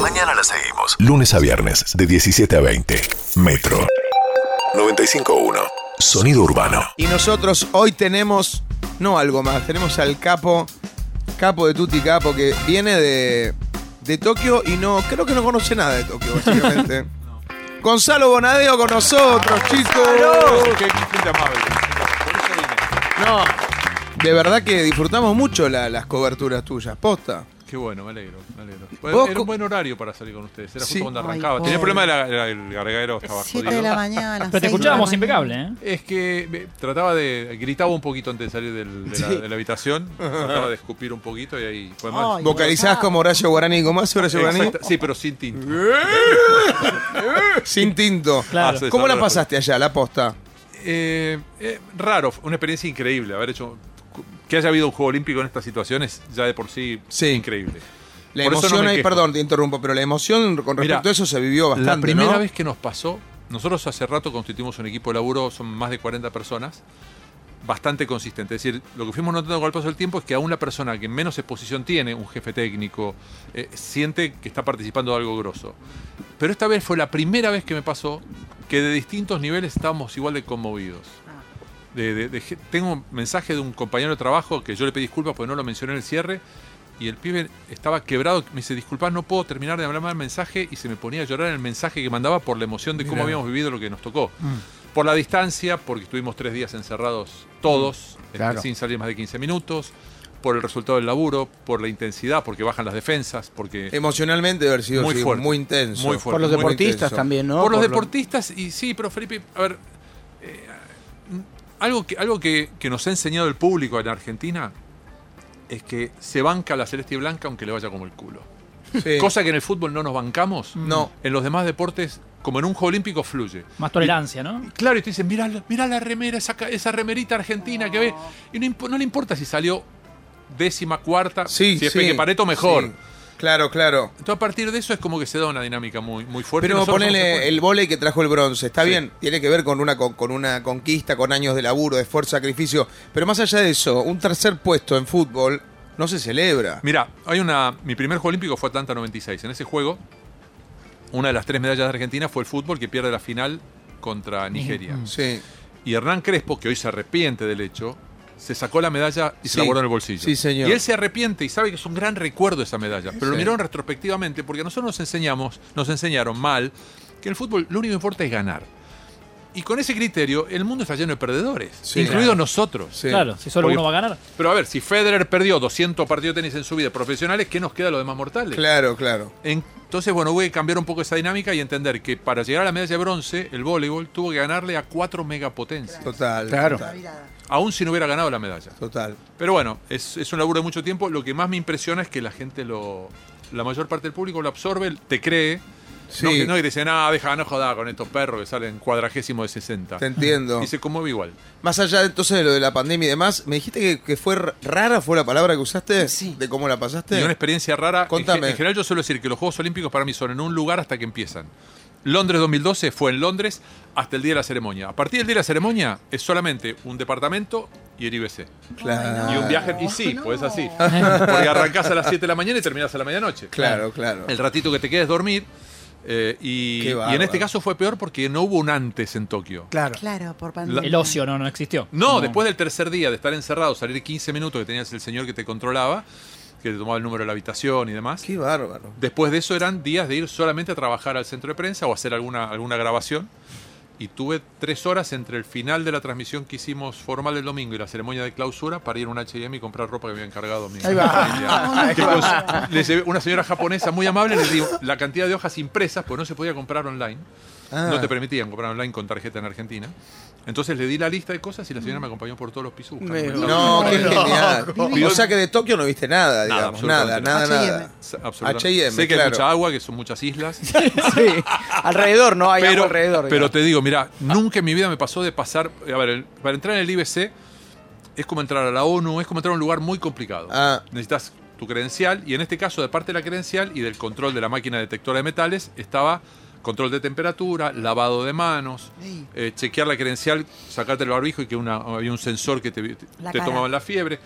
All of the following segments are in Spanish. Mañana la seguimos. Lunes a viernes, de 17 a 20. Metro 95.1. Sonido urbano. Y nosotros hoy tenemos, no algo más, tenemos al capo, capo de Tutti Capo, que viene de, de Tokio y no, creo que no conoce nada de Tokio, básicamente. Gonzalo Bonadeo con nosotros, chicos. Qué gente amable. Por eso vine. No, de verdad que disfrutamos mucho la- las coberturas tuyas, posta. Qué bueno, me alegro, me alegro. Vos era co- un buen horario para salir con ustedes. Era Sí. justo cuando Ay, arrancaba. pobre. Tenía problema de la- la- el gargadero, estaba 7 de jodido. la mañana. Pero te seis de escuchábamos la mañana. impecable, ¿eh? Es que me- trataba de. gritaba un poquito antes de salir del- de, la, de la habitación. Trataba de escupir un poquito y ahí fue mal. Ay, Vocalizás como Horacio Guarani, ¿cómo hace Horacio Guarani? Exacta- sí, pero sin tinto. Sin tinto. Claro. Ah, sí. ¿Cómo la pasaste allá, la posta? Eh, eh, raro, una experiencia increíble. Haber hecho. Que haya habido un juego olímpico en estas situaciones, ya de por sí, Sí. increíble. La Por eso no emoción me ahí, quejo. perdón, te interrumpo, pero la emoción con respecto Mirá, a eso se vivió bastante, La primera ¿no? vez que nos pasó, nosotros hace rato constituimos un equipo de laburo, son más de 40 personas, bastante consistente. Es decir, lo que fuimos notando con el paso del tiempo es que aún la persona que menos exposición tiene, un jefe técnico, eh, siente que está participando de algo grosso. Pero esta vez fue la primera vez que me pasó que de distintos niveles estábamos igual de conmovidos. De- de- de ge- tengo un mensaje de un compañero de trabajo que yo le pedí disculpas porque no lo mencioné en el cierre. Y el pibe estaba quebrado, me dice, disculpas, no puedo terminar de hablar más del mensaje y se me ponía a llorar en el mensaje que mandaba por la emoción de cómo habíamos vivido lo que nos tocó. Por la distancia, porque estuvimos tres días encerrados todos, este, sin salir más de 15 minutos, por el resultado del laburo, por la intensidad, porque bajan las defensas, porque... Emocionalmente debe haber sido Muy sí, fuerte. muy intenso. Muy fuerte. Por los muy deportistas intenso. también, ¿no? Por los Por lo- deportistas, y sí, pero Felipe, a ver, eh, algo, que, algo que, que nos ha enseñado el público en Argentina es que se banca la celeste y blanca aunque le vaya como el culo. Sí. Mm. Cosa que en el fútbol no nos bancamos. No. En los demás deportes, como en un juego olímpico, fluye. Más tolerancia, ¿no? Claro, y te dicen, mirá, la- mirá la remera, esa, ca- esa remerita argentina que ve. Y no, impo- no le importa si salió décima, cuarta, Sí, si es sí, Pareto, mejor. sí. Claro, claro. Entonces, a partir de eso es como que se da una dinámica muy, muy fuerte. Pero Nosotros no se ponele puede. el volei que trajo el bronce, está Sí. bien, tiene que ver con una, con, con una conquista, con años de laburo, de esfuerzo, sacrificio. Pero más allá de eso, un tercer puesto en fútbol no se celebra. Mira, hay una. Mi primer juego olímpico fue Atlanta 96. En ese juego, una de las tres medallas de Argentina fue el fútbol que pierde la final contra Nigeria. Sí. Y Hernán Crespo, que hoy se arrepiente del hecho, se sacó la medalla y Sí. se la guardó en el bolsillo. Sí, señor. Y él se arrepiente y sabe que es un gran recuerdo esa medalla. Pero lo Sí. miraron retrospectivamente porque a nosotros nos enseñamos, nos enseñaron mal, que el fútbol lo único que importa es ganar. Y con ese criterio, el mundo está lleno de perdedores, Sí. incluidos Claro. nosotros. Sí. Claro, si solo Porque- uno va a ganar. Pero a ver, si Federer perdió 200 partidos de tenis en su vida profesionales, ¿qué nos queda a los demás mortales? Claro, claro. Entonces, bueno, hubo que cambiar un poco esa dinámica y entender que para llegar a la medalla de bronce, el voleibol tuvo que ganarle a cuatro megapotencias, Total. Claro. La Total. mirada. aún si no hubiera ganado la medalla. total. Pero bueno, es, es un laburo de mucho tiempo. Lo que más me impresiona es que la gente lo. La mayor parte del público lo absorbe, te cree. Sí. No, que no dice, nada, deja, no joda con estos perros que salen cuadragésimo de 60. Te entiendo. Y se conmueve igual. Más allá entonces de lo de la pandemia y demás, me dijiste que, que fue r- rara, fue la palabra que usaste, Sí. de cómo la pasaste. Y una experiencia rara. En Contame. ge- En general yo suelo decir que los Juegos Olímpicos para mí son en un lugar hasta que empiezan. Londres 2012 fue en Londres hasta el día de la ceremonia. A partir del día de la ceremonia es solamente un departamento y el IBC. Claro. Y un viaje. Y sí, pues es así. Porque arrancás a las 7 de la mañana y terminás a la medianoche. Claro, claro. El ratito que te quedes dormir. eh, y, Qué y en bárbaro. este caso fue peor porque no hubo un antes en Tokio. Claro. Claro, por pandemia. El ocio no, no existió. No, después del tercer día de estar encerrado, salir 15 minutos que tenías el señor que te controlaba, que te tomaba el número de la habitación y demás. Qué bárbaro. Después de eso eran días de ir solamente a trabajar al centro de prensa o hacer alguna, alguna grabación. Y tuve tres horas entre el final de la transmisión que hicimos formal el domingo y la ceremonia de clausura para ir a un H&M y comprar ropa que me había encargado mi Ahí va. familia. Ahí Que va. cons- le llevé- una señora japonesa muy amable le dio la cantidad de hojas impresas, porque no se podía comprar online. Ah. No te permitían comprar online con tarjeta en Argentina. Entonces le di la lista de cosas y la señora me acompañó por todos los pisos. buscando. Me- No, qué genial. Loco. O sea que de Tokio no viste nada, digamos. Nada, absolutamente nada, nada. nada. Sa- absolutamente. H&M, Sé que claro. hay mucha agua, que son muchas islas. Sí. Alrededor, ¿no? Hay algo pero, alrededor. pero digamos. te digo, mira, nunca en mi vida me pasó de pasar. A ver, el- para entrar en el IBC es como entrar a la ONU, es como entrar a un lugar muy complicado. Ah. Necesitas tu credencial, y en este caso, de parte de la credencial y del control de la máquina detectora de metales, estaba control de temperatura, lavado de manos, Ey. eh, chequear la credencial, sacarte el barbijo y que una, había un sensor que te, te La cara. tomaba la fiebre.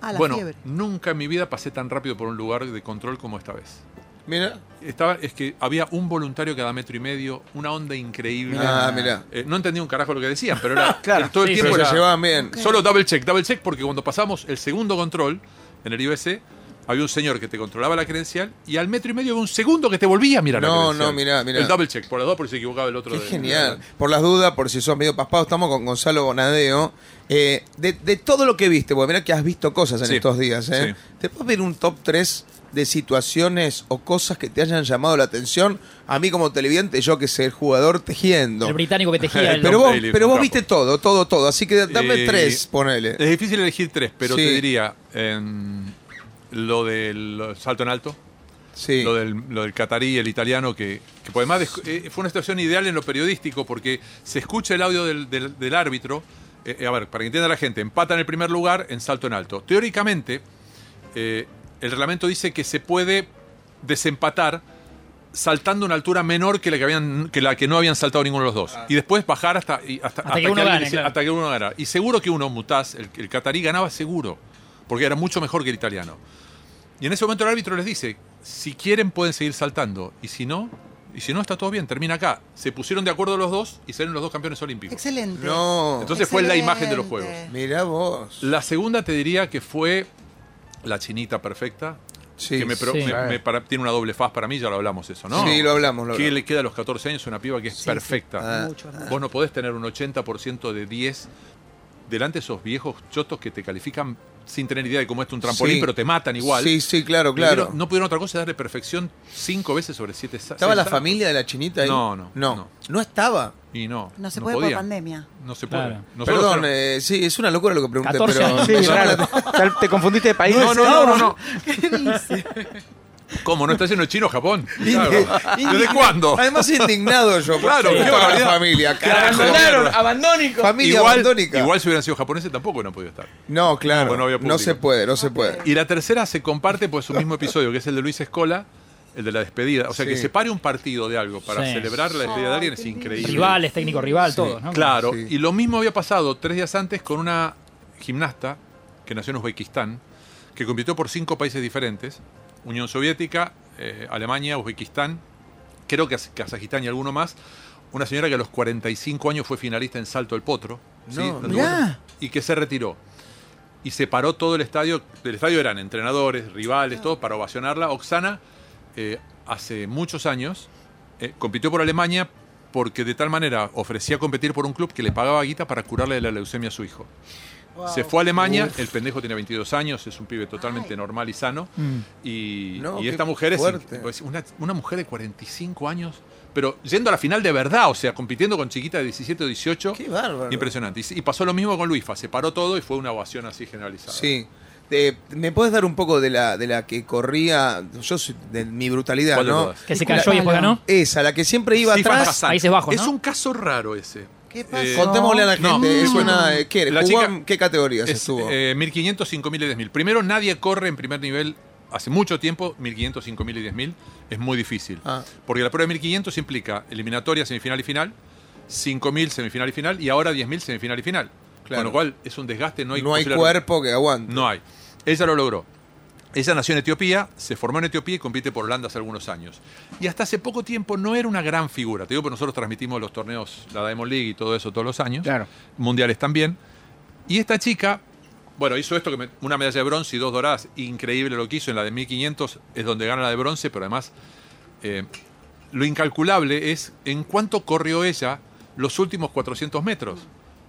Ah, la bueno, fiebre. nunca en mi vida pasé tan rápido por un lugar de control como esta vez. Mira. Estaba, es que había un voluntario cada metro y medio, una onda increíble. Ah, mirá. Eh, no entendía un carajo lo que decían, pero era Claro, todo el sí, tiempo. Pero era- se llevaban bien. Solo double check, double check, porque cuando pasamos el segundo control en el IBC, había un señor que te controlaba la credencial y al metro y medio había un segundo que te volvía a mirar la No, credencial. no, mirá, mirá. El double check, por las dos, por si se equivocaba el otro. Qué de- genial. Por las dudas, por si sos medio paspado, estamos con Gonzalo Bonadeo. Eh, de, de todo lo que viste, porque mirá que has visto cosas en Sí. estos días, ¿eh? Sí. ¿Te puedes ver un top 3 de situaciones o cosas que te hayan llamado la atención? A mí como televidente, yo que sé, el jugador tejiendo. El británico que tejía el. Pero vos, Bailey, pero un vos capo. viste todo, todo, todo. Así que dame Eh, tres, ponele. Es difícil elegir tres, pero Sí. te diría em, lo del lo del salto en alto. sí. lo del, lo del catarí, el italiano, que, que por además des- eh, fue una situación ideal en lo periodístico porque se escucha el audio del, del- del árbitro. Eh, eh, a ver, para que entienda la gente, empata en el primer lugar en salto en alto. Teóricamente, eh, el reglamento dice que se puede desempatar saltando una altura menor que la que, habían, que, la que no habían saltado ninguno de los dos. Y después bajar hasta, y hasta, que uno alguien gane, dice- claro. hasta que uno ganara. Y seguro que uno, Mutaz, el, el catarí, ganaba seguro, porque era mucho mejor que el italiano. Y en ese momento el árbitro les dice, si quieren pueden seguir saltando, y si no, y si no está todo bien, termina acá. Se pusieron de acuerdo los dos y salieron los dos campeones olímpicos. Excelente. No. Entonces fue la imagen de los Juegos. Mirá vos. La segunda te diría que fue la chinita perfecta, Sí. que me, pro- sí. me- me para- tiene una doble faz para mí, ya lo hablamos eso, ¿no? Ah. Sí, lo hablamos, lo ¿Qué hablamos. le queda a los 14 años a una piba que es sí. perfecta? Ah. Mucho, es mucho. Vos no podés tener un 80% de 10 delante de esos viejos chotos que te califican sin tener idea de cómo es un trampolín, Sí. pero te matan igual. Sí, sí, claro, claro. Primero, No pudieron otra cosa darle perfección cinco veces sobre siete. sa- ¿Estaba seis la sacos. familia de la chinita ahí? No, no, No, no. No estaba. Y no. No se puede por pandemia. No se puede. Claro. Nosotros Perdón, éramos- eh, sí, es una locura lo que pregunté, 14 pero... años. Sí, me llama la claro. atención. Tal- Te confundiste de país. No, no, no, no, no. ¿Qué dice? ¿Cómo? ¿No está haciendo chino Japón? Claro. ¿Desde cuándo? Además indignado yo. por Claro, qué qué estaba la barbaridad. familia, carajo. Abandonaron, abandónico. Familia Igual, abandónica. igual si hubieran sido japoneses tampoco hubieran podido estar. No, claro. Bueno, había no público. se puede, no se puede. Y la tercera se comparte por su mismo episodio, que es el de Luis Escola, el de la despedida. O sea, que Sí. se pare un partido de algo para Sí. celebrar la despedida de alguien es increíble. Rivales, técnico rival, todos, ¿no? Claro, Sí. y lo mismo había pasado tres días antes con una gimnasta que nació en Uzbekistán, que compitió por cinco países diferentes, Unión Soviética, eh, Alemania, Uzbekistán, creo que Az- Kazajistán y alguno más, una señora que a los 45 años fue finalista en Salto al Potro, ¿sí? No, Dando mirá. vueltas, y que se retiró. Y se paró todo el estadio, del estadio eran entrenadores, Ah. rivales, todo, para ovacionarla. Oxana, eh, hace muchos años, eh, compitió por Alemania porque de tal manera ofrecía competir por un club que le pagaba guita para curarle de la leucemia a su hijo. Se fue a Alemania, el pendejo tiene 22 años, es un pibe totalmente Ay. normal y sano. Y, No, y qué esta mujer es, fuerte. es una, una mujer de 45 años, pero yendo a la final de verdad, o sea, compitiendo con chiquita de 17 o 18. Qué bárbaro. Impresionante. Y, y pasó lo mismo con Luifa, se paró todo y fue una ovación así generalizada. Sí. Eh, ¿Me puedes dar un poco de la, de la que corría? Yo soy de mi brutalidad, ¿Cuál de ¿no? todas? Que se cayó y después ganó. Esa, la que siempre iba Sifan atrás. Hassan. Países Bajos, ¿no? Es un caso raro ese. ¿Qué Eh, pasó? Contémosle a la gente, No. es Mm. una... eh, ¿Qué, era? La ¿Jugó chica- en ¿Qué categorías Es, estuvo? eh, 1500, 5000 y 10000. Primero, nadie corre en primer nivel hace mucho tiempo. 1500, 5000 y 10000 es muy difícil. Ah. Porque la prueba de 1500 implica eliminatoria, semifinal y final. 5000, semifinal y final. Y ahora 10000, semifinal y final. Claro. Con lo cual es un desgaste. No hay, no hay posibilidad- cuerpo que aguante. No hay. Ella lo logró. Ella nació en Etiopía, se formó en Etiopía y compite por Holanda hace algunos años. Y hasta hace poco tiempo no era una gran figura. Te digo, porque nosotros transmitimos los torneos, la Diamond League y todo eso todos los años. Claro. Mundiales también. Y esta chica, bueno, hizo esto, que me- una medalla de bronce y dos doradas. Increíble lo que hizo. En la de 1500 es donde gana la de bronce, pero además eh, lo incalculable es en cuánto corrió ella los últimos 400 metros.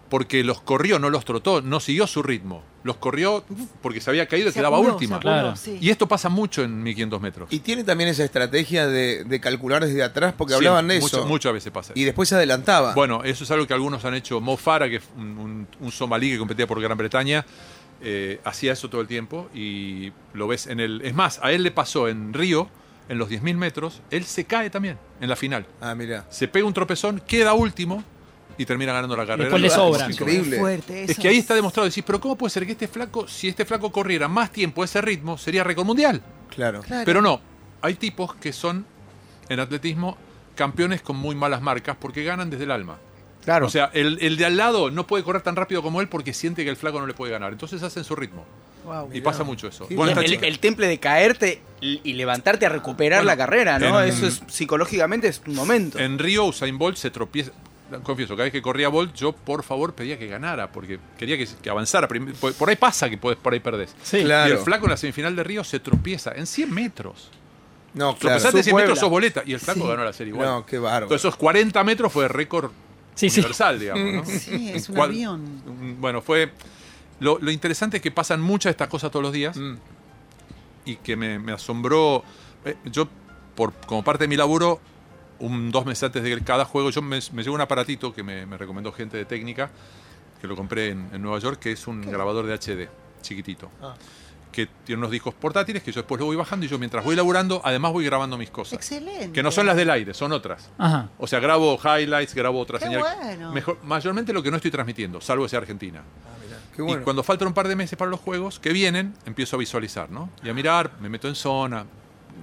Porque los corrió, no los trotó, no siguió su ritmo. Los corrió uh, porque se había caído y Se quedaba apuró, última. se apuró, Claro. sí. Y esto pasa mucho en 1500 metros. Y tiene también esa estrategia de, de calcular desde atrás, porque Sí, hablaban de mucho- eso. Muchas veces pasa. Y después se adelantaba. Bueno, eso es algo que algunos han hecho. Mo Farah, que es un, un- un somalí que competía por Gran Bretaña, eh, hacía eso todo el tiempo y lo ves en el... Es más, a él le pasó en Río, en los 10.000 metros, él se cae también en la final. Ah, mira. Se pega un tropezón, queda último y termina ganando la carrera. Después le sobra. Increíble. Qué fuerte Es eso. que ahí está demostrado. Decís, pero ¿cómo puede ser que este flaco, si este flaco corriera más tiempo a ese ritmo, sería récord mundial? Claro. Claro. Pero no, hay tipos que son en atletismo campeones con muy malas marcas porque ganan desde el alma. Claro. O sea, el, el de al lado no puede correr tan rápido como él porque siente que el flaco no le puede ganar. Entonces hacen su ritmo. Wow. Y pasa mucho eso. Sí, Bueno, bien. esta el, chica- el temple de caerte y y levantarte a recuperar la carrera, ¿no? en- Eso es psicológicamente es un momento. En Río, Usain Bolt se tropieza. Confieso, cada vez que corría Bolt, yo por favor pedía que ganara, porque quería que, que avanzara. Prim- Por por ahí pasa que podés, por ahí perdés. Sí. Claro. Y el flaco en la semifinal de Río se tropieza en 100 metros. No, claro. Tropezaste en 100 metros, Puebla. sos boleta. Y el flaco ganó la serie igual. No, qué bárbaro. Entonces, esos 40 metros fue récord Sí, sí. universal, digamos. ¿no? Sí, es un Cual- avión. Mm, Bueno, fue. Lo, lo interesante es que pasan muchas de estas cosas todos los días Mm. y que me, me asombró. eh, yo, por, como parte de mi laburo, un, dos meses antes de cada juego, yo me, me llevo un aparatito que me, me recomendó gente de técnica, que lo compré en, en Nueva York, que es un grabador de HD, chiquitito. Que tiene unos discos portátiles que yo después lo voy bajando y yo mientras voy laburando, además voy grabando mis cosas. Excelente. Que no son las del aire, son otras. Ajá. O sea, grabo highlights, grabo otra Qué señal. bueno. Mejor, mayormente lo que no estoy transmitiendo, salvo sea Argentina. Qué bueno. Y cuando faltan un par de meses para los juegos que vienen, empiezo a visualizar, ¿no? Y a mirar, me meto en zona,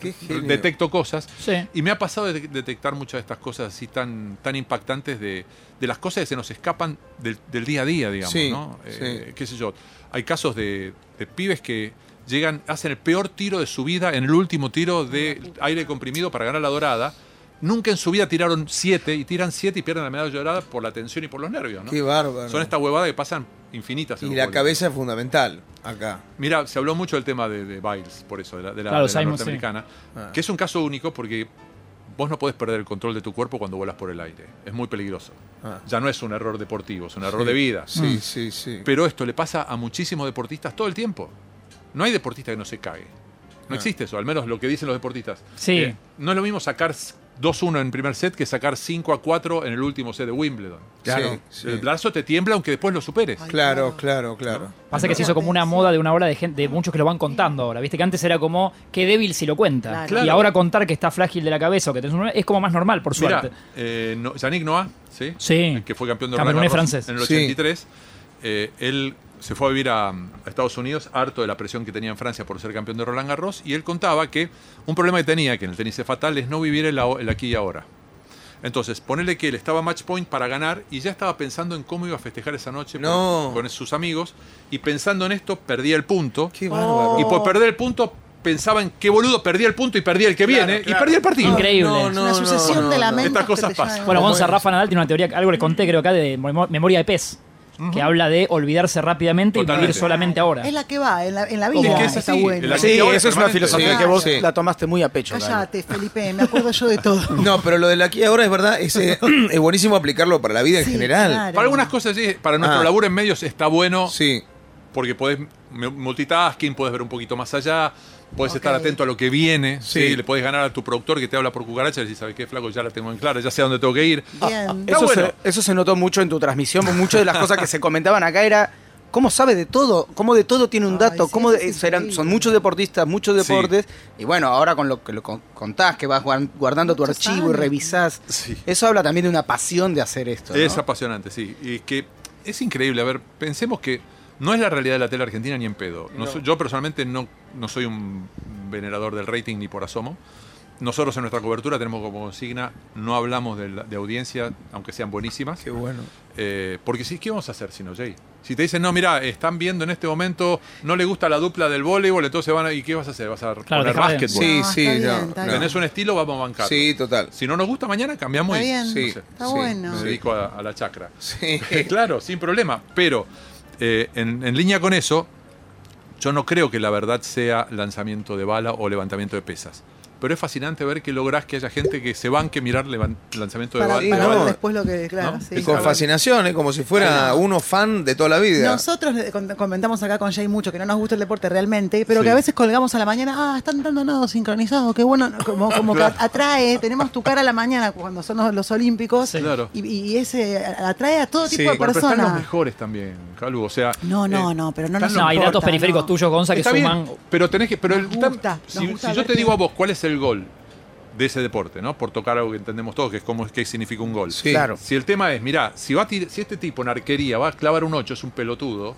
Qué r- genio. detecto cosas. Sí. Y me ha pasado de de- detectar muchas de estas cosas así tan, tan impactantes de, de las cosas que se nos escapan del, del día a día, digamos, Sí, ¿no? Eh, Qué sé yo. Hay casos de, de pibes que llegan, hacen el peor tiro de su vida en el último tiro de aire comprimido para ganar la dorada. Nunca en su vida tiraron siete y tiran siete y pierden la medalla dorada por la tensión y por los nervios, ¿no? Qué bárbaro. Son estas huevadas que pasan infinitas. en y un la juego. cabeza es fundamental acá. Mira, se habló mucho del tema de, de Biles, por eso, de la, de la- Claro, de la Simon, sí. norteamericana, Ah. que es un caso único porque vos no podés perder el control de tu cuerpo cuando vuelas por el aire. Es muy peligroso. Ah. Ya no es un error deportivo, es un error Sí, de vida. Mm. Sí, sí, sí. Pero esto le pasa a muchísimos deportistas todo el tiempo. No hay deportista que no se cague. Ah. No existe eso, al menos lo que dicen los deportistas. Eh, Sí. no es lo mismo sacar 2-1 en el primer set que sacar 5-4 en el último set de Wimbledon. Claro. Sí, El sí. brazo te tiembla aunque después lo superes. Ay, Claro, claro, claro. Pasa que se hizo como una moda de una hora de gente, de muchos que lo van contando ahora. Viste que antes era como, qué débil si lo cuenta. Claro. Y ahora contar que está frágil de la cabeza o que tenés un es como más normal, por Mira, suerte. eh, no- Yannick Noah, ¿sí? Sí. El que fue campeón de Camerunés Roland Garros francés. en el Sí. 83. eh, él se fue a vivir a, a Estados Unidos, harto de la presión que tenía en Francia por ser campeón de Roland Garros, y él contaba que un problema que tenía, que en el tenis es fatal, es no vivir el, aho- el aquí y ahora. Entonces, ponele que él estaba match point para ganar y ya estaba pensando en cómo iba a festejar esa noche por- No. con sus amigos, y pensando en esto, perdía el punto. Qué bárbaro. Y por perder el punto, pensaba en qué boludo, perdía el punto y perdía el que viene, y perdía el partido. Increíble. Es una sucesión de lamentos. Estas cosas que te pasan. llevan- Bueno, Gonza Bueno. Rafa Nadal tiene una teoría, algo le conté creo acá, de memo- memoria de pez, que habla de olvidarse rápidamente y Totalmente. vivir solamente ahora. Es la que va, en la, en la Es vida. que es está así, bueno. en la- Sí, Sí, eso es una permanente. filosofía que vos Sí. la tomaste muy a pecho. Gaby. Cállate, Felipe, me acuerdo yo de todo. No, pero lo del aquí y ahora es verdad, es, eh, es buenísimo aplicarlo para la vida en Sí, general. claro. Para algunas cosas, sí, para nuestro Ah. laburo en medios está bueno Sí. porque podés mu- multitasking, podés ver un poquito más allá, podés Ok. estar atento a lo que viene, Sí. sí. le podés ganar a tu productor que te habla por cucaracha y decís, ¿sabes qué, flaco? Ya la tengo en clara, ya sé a dónde tengo que ir. Bien. Está Eso, bueno. se, eso se notó mucho en tu transmisión. Muchas de las cosas que se comentaban acá era cómo sabe de todo, cómo de todo tiene un Ay, dato, sí, cómo eso de- es eran- increíble. son muchos deportistas, muchos Sí. deportes. Y bueno, ahora con lo que lo con- contás, que vas guar- guardando tu Muchos archivo años. y revisás, Sí. eso habla también de una pasión de hacer esto. ¿no? Es apasionante, sí. Y que es increíble. A ver, pensemos que no es la realidad de la tele argentina ni en pedo. No soy- yo personalmente no, no soy un venerador del rating ni por asomo. Nosotros en nuestra cobertura tenemos como consigna, no hablamos de, la- de audiencia, aunque sean buenísimas. Qué bueno. Eh, porque si, ¿qué vamos a hacer si no, Jay? Si te dicen, no, mira, están viendo en este momento, no le gusta la dupla del voleibol, entonces van a, ¿y qué vas a hacer? ¿Vas a poner dejar de- básquetbol? Sí, No, sí, está no, bien, está no. bien. Tenés un estilo, vamos a bancar. Sí, total. Si no nos gusta, mañana cambiamos Está y bien, sí, está sí, bueno. me sí. dedico a, a la chacra. Sí. Eh, claro, sin problema. Pero eh, en, en línea con eso, yo no creo que la verdad sea lanzamiento de bala o levantamiento de pesas. Pero es fascinante ver que lográs que haya gente que se banque mirar levan- lanzamiento de Para, bala. Sí, para no. ver después lo que, claro, No, sí. Y con fascinación, ¿eh? como si fuera uno fan de toda la vida. Nosotros le con- comentamos acá con Jay mucho que no nos gusta el deporte realmente, pero Sí. que a veces colgamos a la mañana, ah, están dando nado sincronizado, qué bueno, como, como Claro. que atrae, tenemos tu cara a la mañana cuando son los, los olímpicos, Sí. Claro. y, y ese atrae a todo tipo Sí, de Bueno, pero están los personas. mejores también, Calu. O sea, No, no, eh, no, pero no están nos los- No, hay importa, datos periféricos no. tuyos, Gonza, que Está suman. bien, pero tenés que. Pero Nos el- tam- gusta, nos si, gusta si yo ver te que- digo a vos cuál es el gol, de ese deporte, ¿no? Por tocar algo que entendemos todos, que es cómo es que significa un gol. Sí. Claro. Si el tema es, mirá, si, va a tir- si este tipo en arquería va a clavar un 8, es un pelotudo,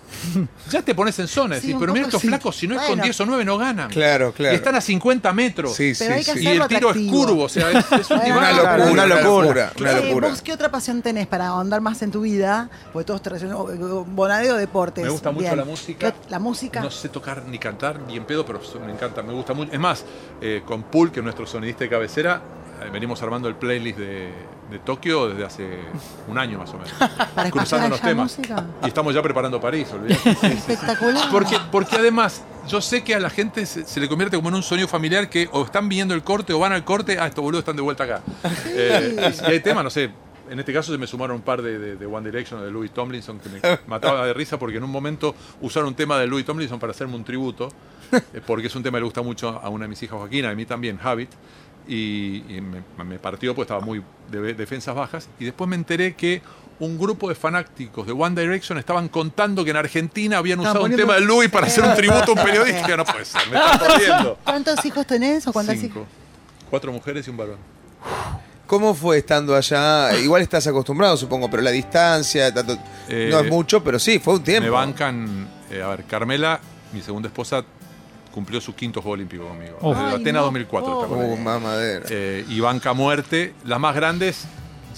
ya te pones en zona. y Sí, decís, un pero mira poco estos sí. flacos, si no es con Bueno. 10 o 9 no ganan. Claro, claro. Y están a 50 metros. Sí, sí, Pero hay que sí. Y el Hacerlo tiro es atractivo. curvo, o sea, es, es un Bueno, diván. Una Claro, locura, una una locura, una Che, locura. vos, ¿qué otra pasión tenés para ahondar más en tu vida? Porque todos traicionan eh, bonadeo deportes. Me gusta mucho Bien. la música. ¿Qué ot- La música. No sé tocar ni cantar ni en pedo, pero so- me encanta, me gusta mucho. Es más, eh, con Pool, que es nuestro sonidista de cabecera, eh, venimos armando el playlist de, de Tokio desde hace un año más o menos. cruzando Para escuchar los allá temas. música. Y estamos ya preparando París, olvídate. Espectacular. Porque, porque además, yo sé que a la gente se, se le convierte como en un sueño familiar que o están viendo el corte o van al corte, ah, estos boludos están de vuelta acá. Eh, y hay temas, no sé, en este caso se me sumaron un par de, de- de One Direction o de Louis Tomlinson que me mataba de risa porque en un momento usaron un tema de Louis Tomlinson para hacerme un tributo, eh, porque es un tema que le gusta mucho a una de mis hijas, Joaquina, a mí también, Habit. Y, y me, me partió, pues estaba muy de defensas bajas. Y después me enteré que un grupo de fanáticos de One Direction estaban contando que en Argentina habían Estaban usado un poniendo- Ah, tema de Louis para hacer un tributo a un periodista. No puede ser, me están jodiendo. ¿Cuántos hijos tenés o cuántas Cinco. hijas? Cuatro mujeres y un varón. ¿Cómo fue estando allá? Igual estás acostumbrado, supongo, pero la distancia, tanto, Eh, no es mucho, pero sí, fue un tiempo. Me bancan. eh, a ver, Carmela, mi segunda esposa, cumplió su quinto Juego Olímpico conmigo. Oh. Desde Ay, Atenas no, Oh, 2004, ¿te acuerdas? Uh, mamadera. Eh, y banca a muerte. Las más grandes,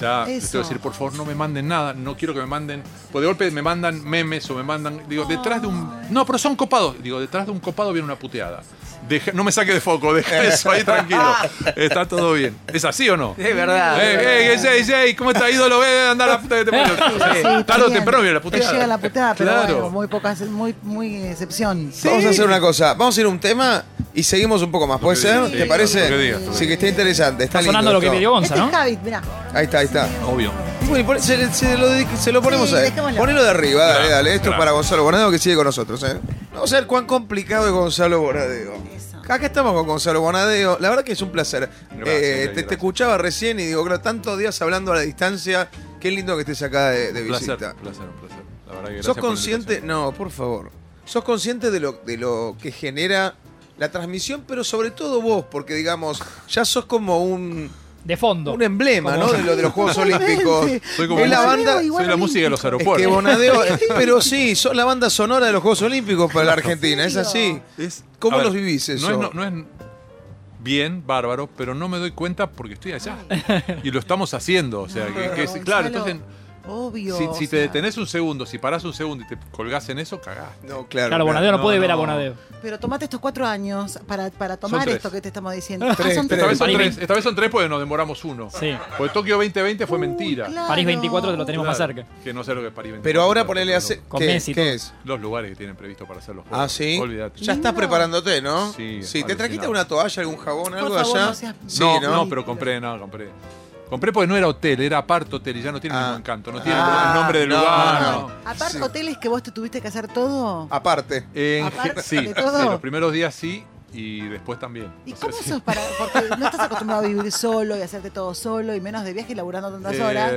ya les Eso. tengo que decir, por favor, no me manden nada, no quiero que me manden. Pues de golpe me mandan memes o me mandan. Digo, detrás de un. No, pero son copados. Digo, detrás de un copado viene una puteada. Deja- no me saque de foco, deja eso ahí tranquilo. Está todo bien. ¿Es así o no? Es verdad. es verdad. Eh, eh, Jay, Jay, ¿cómo está ídolo? Ve, anda a la puta que te parió. Sí, Tarde está o bien. temprano viene la Te puteada. llega la puteada, pero Claro. bueno, muy pocas, muy, muy excepción. Vamos a hacer una cosa. Vamos a ir a un tema y seguimos un poco más. ¿Puede que ser? digas, ¿Te sí, parece? lo que digas, lo que sí, que está interesante. Está, Está sonando lindo lo que esto. pidió Gonza, Este ¿no? es Javid, mirá. Ahí está, ahí está. Obvio. Y bueno, y pon- se, se lo, dedica- se lo ponemos Sí, a él. dejémoslo. Ponelo de arriba, dale, Claro, dale. Esto claro. es para Gonzalo Bonadeo que sigue con nosotros. ¿eh? Vamos a ver cuán complicado es Gonzalo Bonadeo. Acá estamos con Gonzalo Bonadeo. La verdad que es un placer. Eh, Jay, te- te, gracias. escuchaba recién y digo, claro, tantos días hablando a la distancia. Qué lindo que estés acá de, de Un visita. placer, un placer, un placer. La verdad que gracias ¿Sos por la consciente? invitación. No, por favor. ¿Sos consciente de lo, de lo que genera la transmisión, pero sobre todo vos? Porque, digamos, ya sos como un, De fondo. un emblema, Como- ¿no? De, lo- de los Juegos Olímpicos. Soy como Es la Bonadeo banda. igual Soy la olímpico. música de los Es que aeropuertos. Bonadeo, pero sí, sos la banda sonora de los Juegos Olímpicos para la Argentina, es así. Es- ¿Cómo a ver, los vivís eso? No es, no- no es bien, bárbaro, pero no me doy cuenta porque estoy allá. y lo estamos haciendo. O sea, que, que es- claro, Gonzalo, entonces, Obvio. si, o si te sea, detenés un segundo, si parás un segundo y te colgás en eso, cagás. No, claro. Claro, Bonadeo no, No, puede ver a no. Bonadeo. Pero tomate estos cuatro años para, para Son tomar tres. esto que te estamos diciendo. Tres, son tres. Esta vez son París tres, veinte. esta vez son tres porque nos demoramos uno. Sí. Porque Tokio 2020 fue Uy, mentira. claro. París 24 te lo tenemos más Claro, cerca. Que no sé lo que es París 24. Pero ahora pero- ponele a... ce- Con ¿Qué, Messi y qué todo. es? Los lugares que tienen previsto para hacer los juegos. Ah, sí. Olvídate. Ya estás Lindo. preparándote, ¿no? Sí, ¿Te trajiste alucinado. una toalla, algún jabón, algo favor, allá? no seas- Sí, no, no, pero compré, no, compré. Compré porque no era hotel, era apart hotel y ya no tiene Ah. el mismo encanto, no tiene Ah, el nombre del no, lugar. no. no. Ah, Aparte, Sí. hoteles que vos te tuviste que hacer todo. Aparte. En Aparte ge- de sí, sí, todo. los primeros días sí y después también. ¿Y O sea, cómo sí. sos para.? Porque no estás acostumbrado a vivir solo y hacerte todo solo y menos de viaje y laburando tantas Eh, horas.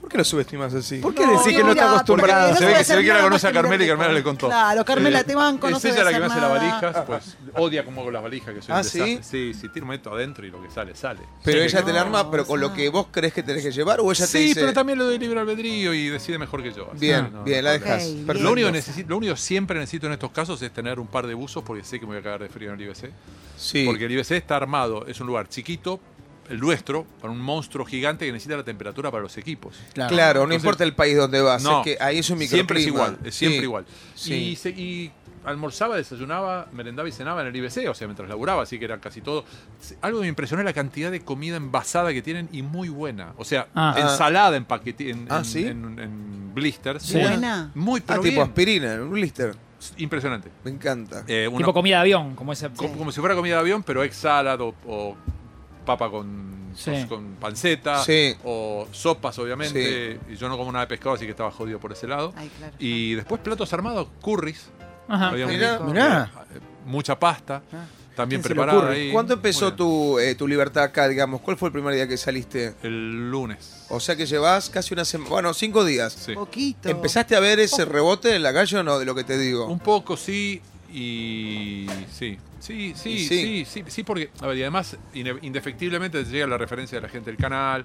¿Por qué lo subestimas así? ¿Por qué decís que no mira, está acostumbrado? porque Se no ve voy a que- se ve hacer que la nada conoce más a Carmela y que no te Carmela le cuento. contó. Eh, Claro, Carmela, te banco, no Es se ella va a la que me hace hacer las nada. valijas, pues odia cómo hago las valijas, que soy un Ah, ¿sí? desastre. Sí, sí, tiro meto adentro y lo que sale, sale. Pero Sí, ella que- te la arma, pero con lo que vos crees que tenés que llevar, o ella te Sí, dice. pero también le doy libre albedrío y decide mejor que yo. así Bien, que no, bien, no la hay problema. dejas. Ok, Perfecto. Lo único, que necesi- lo único que siempre necesito en estos casos es tener un par de buzos porque sé que me voy a cagar de frío en el IBC. Sí. Porque el IBC está armado, es un lugar chiquito, el nuestro, para un monstruo gigante que necesita la temperatura para los equipos. Claro, no Entonces- importa el país donde vas, No, es que ahí es un microclima. Siempre es igual, es siempre Sí. igual. Sí. Y, se- y almorzaba, desayunaba, merendaba y cenaba en el IBC, o sea, mientras laburaba, así que era casi todo. Se- Algo que me impresionó es la cantidad de comida envasada que tienen y muy buena. O sea, Ah. ensalada en paquete, en, Ah, en- ¿sí? en- en blisters. Sí. Buena. Muy, Ah, pero tipo bien. aspirina, un blister. Impresionante. Me encanta. Eh, una- Tipo comida de avión, como ese. como, como si fuera comida de avión, pero ex salad o, o papa con, Sí. con panceta Sí. o sopas, obviamente. Y yo no como nada de pescado, así que estaba jodido por ese lado. Ay, claro. Y después platos armados, curries. Ajá. Había Mirá. un- Mirá. eh, mucha pasta, Ah. también ¿Quién se le preparada. ocurre? ahí. ¿Cuándo Muy empezó bien. tu, eh, tu libertad acá, digamos? ¿Cuál fue el primer día que saliste? El lunes. O sea que llevas casi una semana, bueno, cinco días. Sí. Poquito. ¿Empezaste a ver ese rebote en la calle o no de lo que te digo? Un poco, sí. Y sí, sí, sí, Y sí, sí. sí, sí, porque, a ver, y además ine- indefectiblemente te llega la referencia de la gente del canal.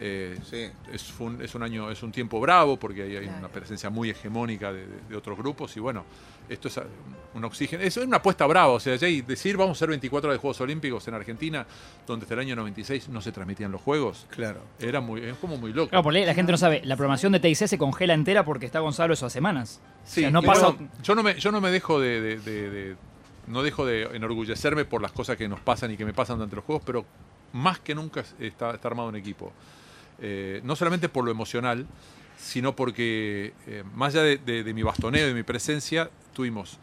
eh, Sí. es, fue un, es un año, es un tiempo bravo porque hay, hay Claro. una presencia muy hegemónica de, de- de otros grupos y bueno, esto es ah, un oxígeno, es una apuesta brava, o sea, ya y decir vamos a ser 24 de Juegos Olímpicos en Argentina, donde hasta el año 96 no se transmitían los Juegos, Claro. era muy, es como muy loco. Claro, por ley la gente no sabe. La programación de TIC se congela entera porque está Gonzalo eso hace semanas. Sí, O sea, no y pasa. bueno, yo no me, yo no me dejo de, de- de- de- no dejo de enorgullecerme por las cosas que nos pasan y que me pasan durante los juegos, pero más que nunca está, está armado un equipo. Eh, no solamente por lo emocional, sino porque eh, más allá de, de- de mi bastoneo, de mi presencia, tuvimos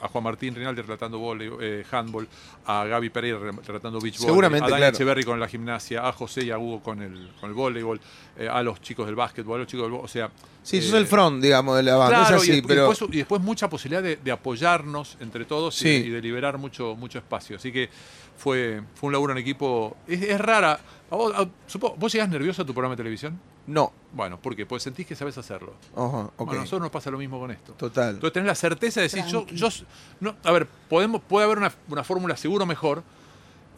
a Juan Martín Rinaldi relatando vóley, eh, handball, a Gaby Pereira re- relatando beach volley, Seguramente, a Dani claro. Echeverri con la gimnasia, a José y a Hugo con el, con el voleibol, eh, a los chicos del básquetbol, a los chicos del... bo- O sea, Sí, sos eh, el front, digamos, de la banda. Claro, Ah, es así, y, despu- y pero. después, y después mucha posibilidad de, de apoyarnos entre todos y- Sí. y, de liberar mucho, mucho espacio. Así que fue, fue un laburo en equipo. Es, es rara. ¿A vos, a- supo- ¿vos llegás nervioso a tu programa de televisión? No. Bueno, ¿por qué? Porque sentís que sabes hacerlo. Ajá, ok. Bueno, a nosotros nos pasa lo mismo con esto. Total. Entonces tenés la certeza de decir, yo, yo no, a ver, podemos, puede haber una, una fórmula seguro mejor.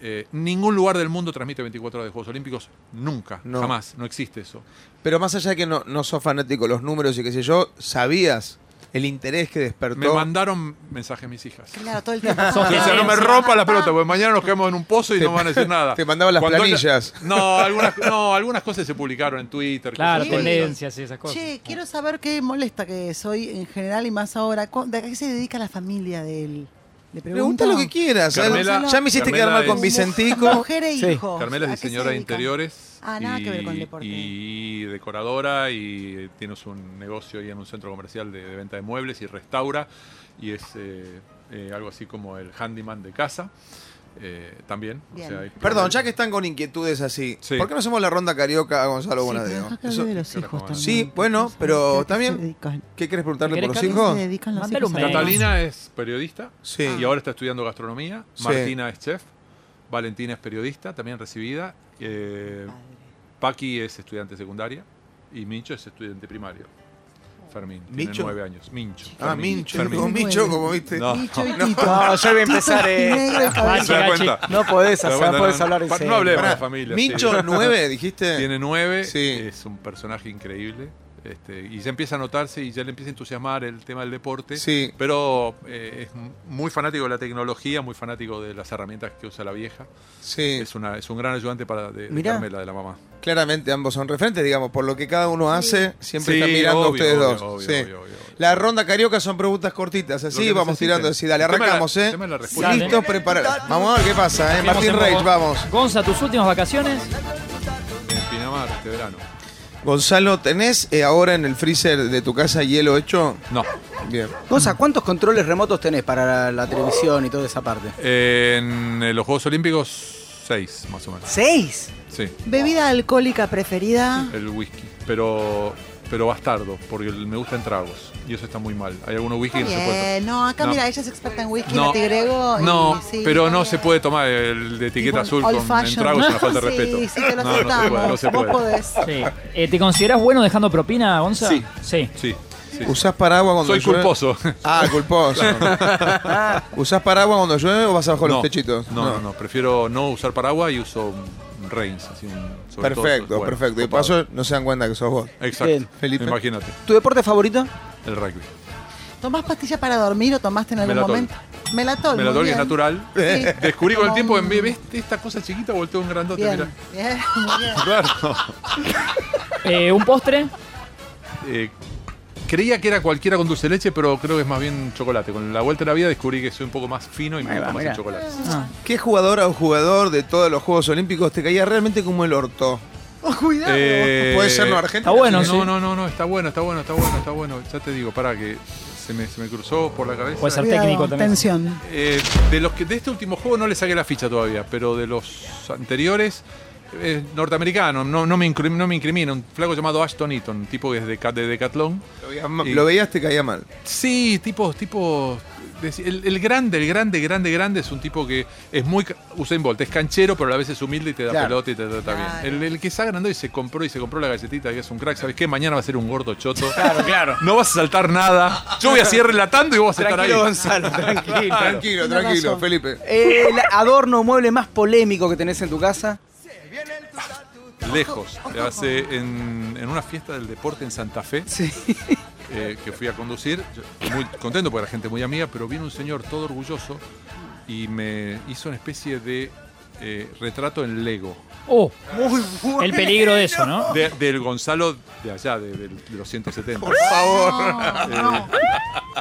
Eh, ningún lugar del mundo transmite 24 horas de Juegos Olímpicos. Nunca, No. jamás. No existe eso. Pero más allá de que no, no sos fanático de los números y qué sé yo, sabías el interés que despertó. Me mandaron mensajes mis hijas. Claro, todo el tiempo. Sos Que sea, no me Tendencia. rompa "Ah, la pelota, porque mañana nos quedamos en un pozo y no van a decir nada. te mandaban las Cuando ella- planillas. no, algunas, no, algunas cosas se publicaron en Twitter. Claro, cosas de esas. tendencias y esas cosas. Che, quiero saber qué molesta que soy en general y más ahora. ¿Cu- ¿De a qué se dedica la familia de él? Le pregunto. Pregunta lo que quieras. ¿eh? Carmela- ya me hiciste Carmela quedar mal con es- Vicentico. Mujer e Sí. hijos. Carmela ¿A qué es se diseñadora de dedican? interiores. Ah, nada que ver con el deporte. Y decoradora y tienes un negocio ahí en un centro comercial de, de venta de muebles y restaura y es eh, eh, algo así como el handyman de casa eh, también. o Bien. sea, hay- Perdón, ya que están con inquietudes así, Sí. ¿por qué no hacemos la ronda carioca a Gonzalo Sí, pero Bonadeo? dejá que Eso- hable de los qué hijos recomendable. también. Sí, bueno, pero ¿A qué también- se dedican? ¿Qué querés preguntarle ¿Querés por los que- hijos? se dedican los Mándale hijos un a la mail. casa? Catalina es periodista. Sí. Y ahora está estudiando gastronomía. Sí. Martina es chef. Valentina es periodista, también recibida. Eh, Paqui es estudiante secundaria. Y Mincho es estudiante primario. Fermín. ¿Mincho? Tiene nueve años. Mincho. Ah, Fermín, Mincho, Fermín. como Mincho, como viste. No. Micho y No. Ah, Tito. No, ya voy a empezar, eh. Tito Negro y Ah, Fabián. Se da Gachi. cuenta. No podés Se da hacer, cuenta, no podés hablar en Pa- serio. No hablemos Pará, de familia. sí. Mincho 9, dijiste. Tiene nueve. Sí. Es un personaje increíble. Este, y ya empieza a notarse y ya le empieza a entusiasmar el tema del deporte. Sí. Pero eh, es muy fanático de la tecnología, muy fanático de las herramientas que usa la vieja. Sí, Es, una, es un gran ayudante para de, de Mirá. Carmela, de la mamá. claramente ambos son referentes, digamos, por lo que cada uno hace, siempre Sí, están mirando a obvio, ustedes obvio, dos. obvio, Sí. obvio, obvio, obvio. La ronda carioca son preguntas cortitas, así Lo que vamos necesiten. tirando así. Dale, El tema de la- arrancamos, el ¿eh? tema de la respuesta. Listos, Dale. preparados. Vamos a ver qué pasa, ¿eh? Martín Hacemos Reich, como- vamos. Gonza, tus últimas vacaciones. En Pinamar, este verano. Gonzalo, ¿tenés eh, ahora en el freezer de tu casa hielo hecho? No. Bien. Gonza, ¿cuántos controles remotos tenés para la, la televisión y toda esa parte? En eh, los Juegos Olímpicos, seis, más o menos. ¿Seis? Sí, Bebida alcohólica preferida. el whisky. Pero, pero bastardo, porque el- me gustan tragos. Y eso está muy mal. Hay algunos whisky que no se puede Bien, no, acá No. mira, ella es experta en whisky, No, latigrego. y- no, sí, pero no bien. se puede tomar el de etiqueta Tipo, azul old con en tragos, fashioned. es una falta de Sí, respeto. Sí, te lo no, no se puede, no se aceptamos. puede. Vos podés. Sí. Eh, ¿Te considerás bueno dejando propina, Gonza? Sí. Sí. Sí, sí. ¿Usás paraguas cuando Soy llueve? culposo. Ah, culposo. ¿Usás paraguas cuando llueve o vas abajo los techitos? No, no, no, prefiero no usar paraguas y uso un reins, así un sobre todo, Perfecto, bueno, perfecto. Y copado. paso no se dan cuenta que sos vos. Exacto. Bien. Felipe. Imagínate, ¿Tu deporte favorito? el rugby. ¿Tomás pastilla para dormir o tomaste en algún Melatol. momento? Melatol. muy Melatol que es bien. natural. Eh, Sí. Descubrí con el Como tiempo, un- en vez de este, esta cosa chiquita, volteó un grandote, Bien, mira. bien, muy bien. Claro. Eh, ¿Un postre? Eh, creía que era cualquiera con dulce de leche, pero creo que es más bien chocolate. Con la vuelta de la vida descubrí que soy un poco más fino y me Ahí gusta va, más mira. el chocolate. Ah. ¿Qué jugadora o jugador de todos los Juegos Olímpicos te caía realmente como el orto? Oh, cuidado. Eh, Puede ser no argentino. está Ah, bueno, no, sí. no, no, no, está bueno, está bueno, está bueno, está bueno. Ya te digo, pará, que se me, se me cruzó por la cabeza. Puede ser. Cuidado, técnico también. Tensión. Eh, de los que de este último juego no le saqué la ficha todavía, pero de los anteriores eh, norteamericano, no, no me incrim- no me incrimina, un flaco llamado Ashton Eaton, un tipo que es de, Ca- de Decathlon. Lo veías, ma- Y- lo veías, te caía mal. Sí, tipos, tipos deci- el, el grande, el grande, grande, grande es un tipo que es muy. ca- Usain Bolt, es canchero, pero a la vez es humilde y te da Claro. pelota y te trata bien. Claro. El, el que está agrandó y se compró y se compró la galletita y es un crack, ¿sabes qué? Mañana va a ser un gordo choto. Claro, claro. No vas a saltar nada. Yo voy a seguir relatando y vos vas a estar ahí. Tranquilo, Gonzalo, tranquilo. Tranquilo, Tiene tranquilo, razón. Felipe. Eh, El adorno o mueble más polémico que tenés en tu casa. Lejos. Hace en, en una fiesta del deporte en Santa Fe. Sí. eh, que fui a conducir, yo muy contento porque era gente muy amiga, pero vino un señor todo orgulloso y me hizo una especie de eh, retrato en Lego, Oh, Muy bueno. el peligro de eso, ¿no? de- del Gonzalo de allá, de, del- de los 170. No, no.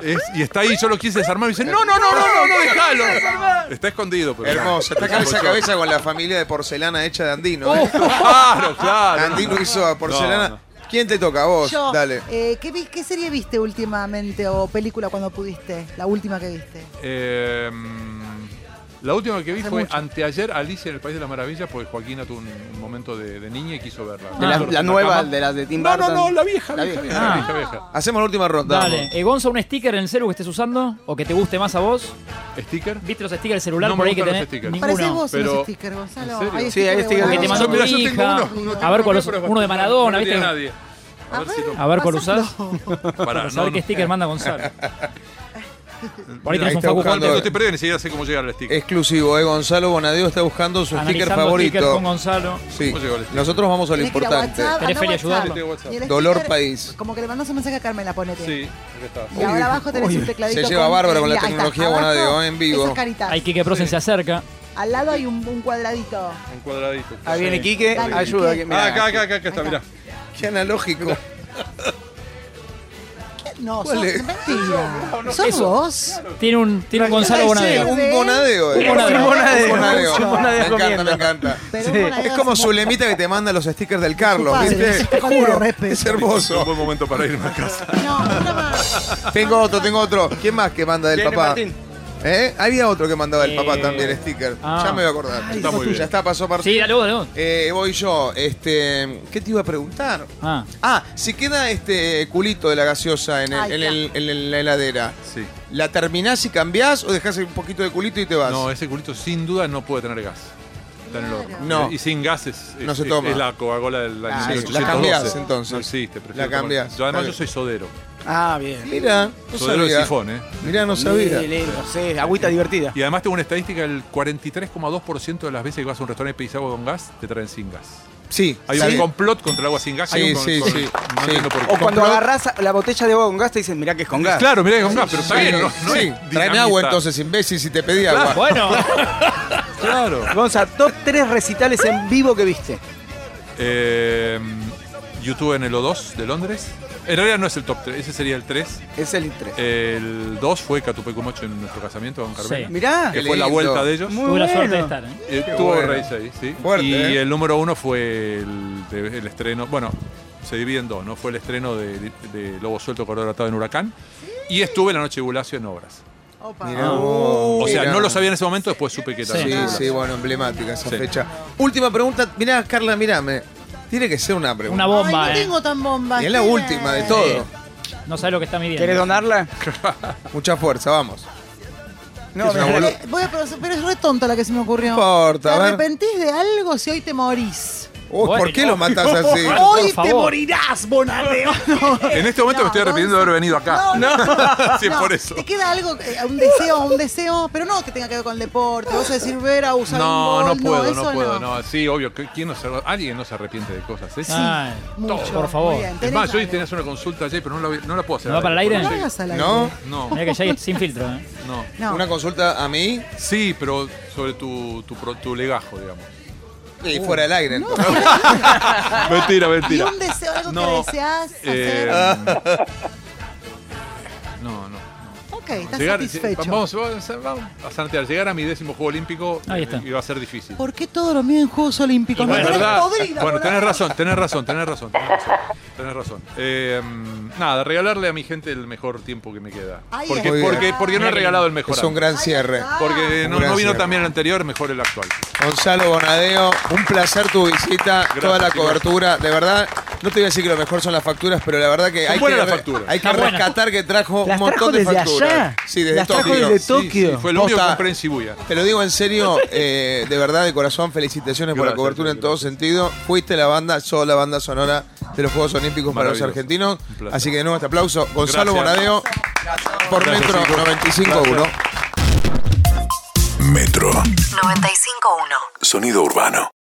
Es- y está ahí, yo lo quise desarmar y me dice, no, no, no, no, no, no, déjalo. Está escondido, pero... Hermoso, está cabeza a Escuchó. cabeza con la familia de porcelana hecha de Andino. ¿eh? Claro, claro. Andino hizo a porcelana. No, ¿Quién te toca? A Vos, Yo, dale. eh, ¿qué, vi- ¿Qué serie viste últimamente o película cuando pudiste? La última que viste. Eh, mm, la última que vi Hace fue mucho. anteayer Alicia en el País de las Maravillas, porque Joaquina tuvo un, un momento de, de niña y quiso verla. De Ah. la, Nosotros la en nueva, cama. de las de Tim No, no, Burton. no, la vieja, La la vieja, vieja. vieja, Ah. vieja, vieja. Hacemos la última ronda. Dale. Eh, Gonza, un sticker en el celu que estés usando o que te guste más a vos. ¿Sticker? ¿Viste los stickers del celular No me por ahí que gustan tenés? los stickers. Ninguno. Parecés vos en pero- los stickers, Gonzalo. ¿En serio? Hay Sí, hay de stickers Que te Gonzalo. mandó Yo, tu mira, yo tengo hija. uno, uno a ver cuál Pero es uno de Maradona, bastante- ¿viste? No tiene nadie. A, ver, si lo. A ver cuál usás. Pásalo. Para, A ver qué sticker manda Gonzalo. Por Ahí ahí tenés un está Facu Juan, buscando. Juan. no te perdés, ni siquiera sé cómo llegar al sticker. Exclusivo, ¿eh? Gonzalo Bonadío está buscando su sticker Analizando favorito. sticker con Gonzalo. Sí. ¿Cómo llegó el sticker? Nosotros vamos a lo Tenés que ir a importante. WhatsApp, Tenés anda a Feli, WhatsApp. ayudarlo. Y el sticker, Dolor País. Como que le mandás un mensaje a Carmela, ponete. Sí, acá está. eh, Y ahora abajo tenés un tecladito. Se lleva con- bárbaro con la Mira, ahí está, tecnología, abajo, Bonadio, en vivo. esas caritas. Ahí Kike Prosen se acerca. Al lado hay un, un cuadradito. Un cuadradito. Ahí viene Sí. Quique, Dale, ayuda. Quique. que- mirá. Ah, acá, acá, acá, acá está, mirá. Qué analógico. ¿Qué? No, ¿Cuál sos es? mentira. ¿Sos vos? Tiene un, tiene un Gonzalo Sí, Bonadeo. un bonadeo. eh. Un bonadeo. Un bonadeo. Un bonadeo. Un bonadeo. Me encanta, comiendo. me encanta. Pero Sí. un Bonadeo Es como hace su mucho- lemita que te manda los stickers del Carlos, padre, ¿viste? sí, con el Juro, respeto. es Un hermoso. buen momento para irme a casa. No, una más. Tengo otro, tengo otro. ¿Quién más que manda del Viene papá? Martín. ¿Eh? Había otro que mandaba del papá Eh, también, sticker. ah. Ya me voy a acordar. Está muy bien. Ya está, pasó Sí, Martín. dale vos, dale vos. Eh, voy yo. Este, ¿Qué te iba a preguntar? Ah. Ah, si queda este culito de la gaseosa en, el- Ay, en ya. el- en el- en la heladera, Sí. ¿la terminás y cambiás o dejás un poquito de culito y te vas? No, ese culito sin duda no puede tener gas. Está en el horno. No. Y sin gases. No se toma. Es la Coca-Cola del año Ah, 1812. la cambiás, entonces. No existe. prefiero La tomar- cambiás. Yo, además Está yo soy sodero. Ah, bien. Mira, no Sodero de sabía. sifón, ¿eh? Mira, no sabía. e- Lele, No sé, agüita divertida. Y además tengo una estadística, el 43,2% de las veces que vas a un restaurante y pedís agua con gas, te traen sin gas. Sí, Hay sí. un complot contra el agua sin gas. Sí, hay un con- sí, con- sí. Oh, No Sí. entiendo por qué. O cuando Compró- agarras la botella de agua con gas te dicen, mirá que es con gas. Claro, mirá que con gas, Ah, pero está bien, no, no sí. es Traeme dinamita. agua entonces, imbécil, si te pedí agua. Bueno, Claro. Gonza, top 3 recitales en vivo que viste. Eh, YouTube en el O2 de Londres. En realidad no es el top 3, ese sería el 3. Es el 3. El 2 fue Catupecumocho en nuestro casamiento con Carmen. Sí. Mirá. Que Qué fue la lindo. vuelta de ellos. Muy tuve la bueno. suerte de estar. ¿eh? Eh, Qué tuvo bueno. Reis ahí, sí. Fuerte, y ¿eh? el número uno fue el, de- el estreno, bueno, se divide en dos, ¿no? Fue el estreno de, de Lobo Suelto, Cordero Atado en Huracán. Y estuve la noche de Bulacio en obras. Opa. Mirá vos. Ah. O sea, Mirá. no lo sabía en ese momento, después supe que era. Sí, la Sí, noche de sí, bueno, emblemática esa Sí. fecha. Última pregunta. Mirá, Carla, mirame. Tiene que ser una Una pregunta. bomba, Ay, no ¿eh? tengo tan bomba. y es la Steven. última de todo. No sabe lo que está midiendo. ¿Querés donarla? Mucha fuerza, vamos. No, Es una mirá, boluda. Eh, Voy a procesar- pero es re tonta la que se me ocurrió. No importa, ¿Te a ver. arrepentís de algo si hoy te morís? Uy, Bueno, ¿Por qué lo matás no. así? Por Hoy te favor. morirás, Bonadeo. En este momento me estoy arrepintiendo de haber venido acá. No, Sí, No, por eso. Te queda algo, eh, un deseo, un deseo, pero no que tenga que ver con el deporte. Vas a decir, ver a usar No, un no gol, puedo, eso no puedo, no. Sí, obvio, que- ¿quién no se, alguien no se arrepiente de cosas. ¿eh? Ay, Mucho, por favor. muy bien. Es más, hoy Tenés tenías una consulta ayer, pero no la, voy- no la puedo hacer. ¿No va para el aire? algo. porque No hagas al aire. ¿No? No, Mirá que ya hay sin filtro, ¿eh? no. No. Una consulta a mí Sí, pero sobre tu, tu, pro- tu legajo, digamos. y fuera del aire. entonces. Mentira, y mentira. un deseo, algo que No, deseas hacer. Eh, Ah. no, no. ok, estás Llegar, satisfecho. vamos, vamos, vamos a santear. Llegar a mi décimo juego olímpico Ahí está. eh, iba a ser difícil. ¿Por qué todo lo mío en Juegos Olímpicos? Y No bueno, tenés ¿verdad? podrida, bueno, boludo. tenés razón, tenés razón, tenés razón, tenés razón. tenés razón. Eh, nada, regalarle a mi gente el mejor tiempo que me queda. Ahí Porque, está. porque, porque no he Mira que regalado el mejor. Es un antes. gran cierre. Porque Un no, gran no vino cierre. también el anterior, mejor el actual. Gonzalo Bonadeo, un placer tu visita, toda la chicos. cobertura. De verdad, No te voy a decir que lo mejor son las facturas, pero la verdad que Son hay que, buenas las re- facturas. hay que Están buenas. rescatar que trajo Las un montón trajo de desde facturas. allá. Sí, desde Las trajo Tokio. Sí, desde sí, Tokio. fue lo único que Posta. compré en Shibuya. Te lo digo en serio, eh, de verdad, de corazón, felicitaciones por la Gracias, cobertura en gracias. todo sentido. Fuiste la banda, sos la banda sonora de los Juegos Olímpicos para los Maravilloso. argentinos. Un placer. Así que de nuevo este aplauso. Gonzalo Gracias. Bonadeo por Gracias, Metro chicos. 95.1. Metro. 95.1. Sonido urbano.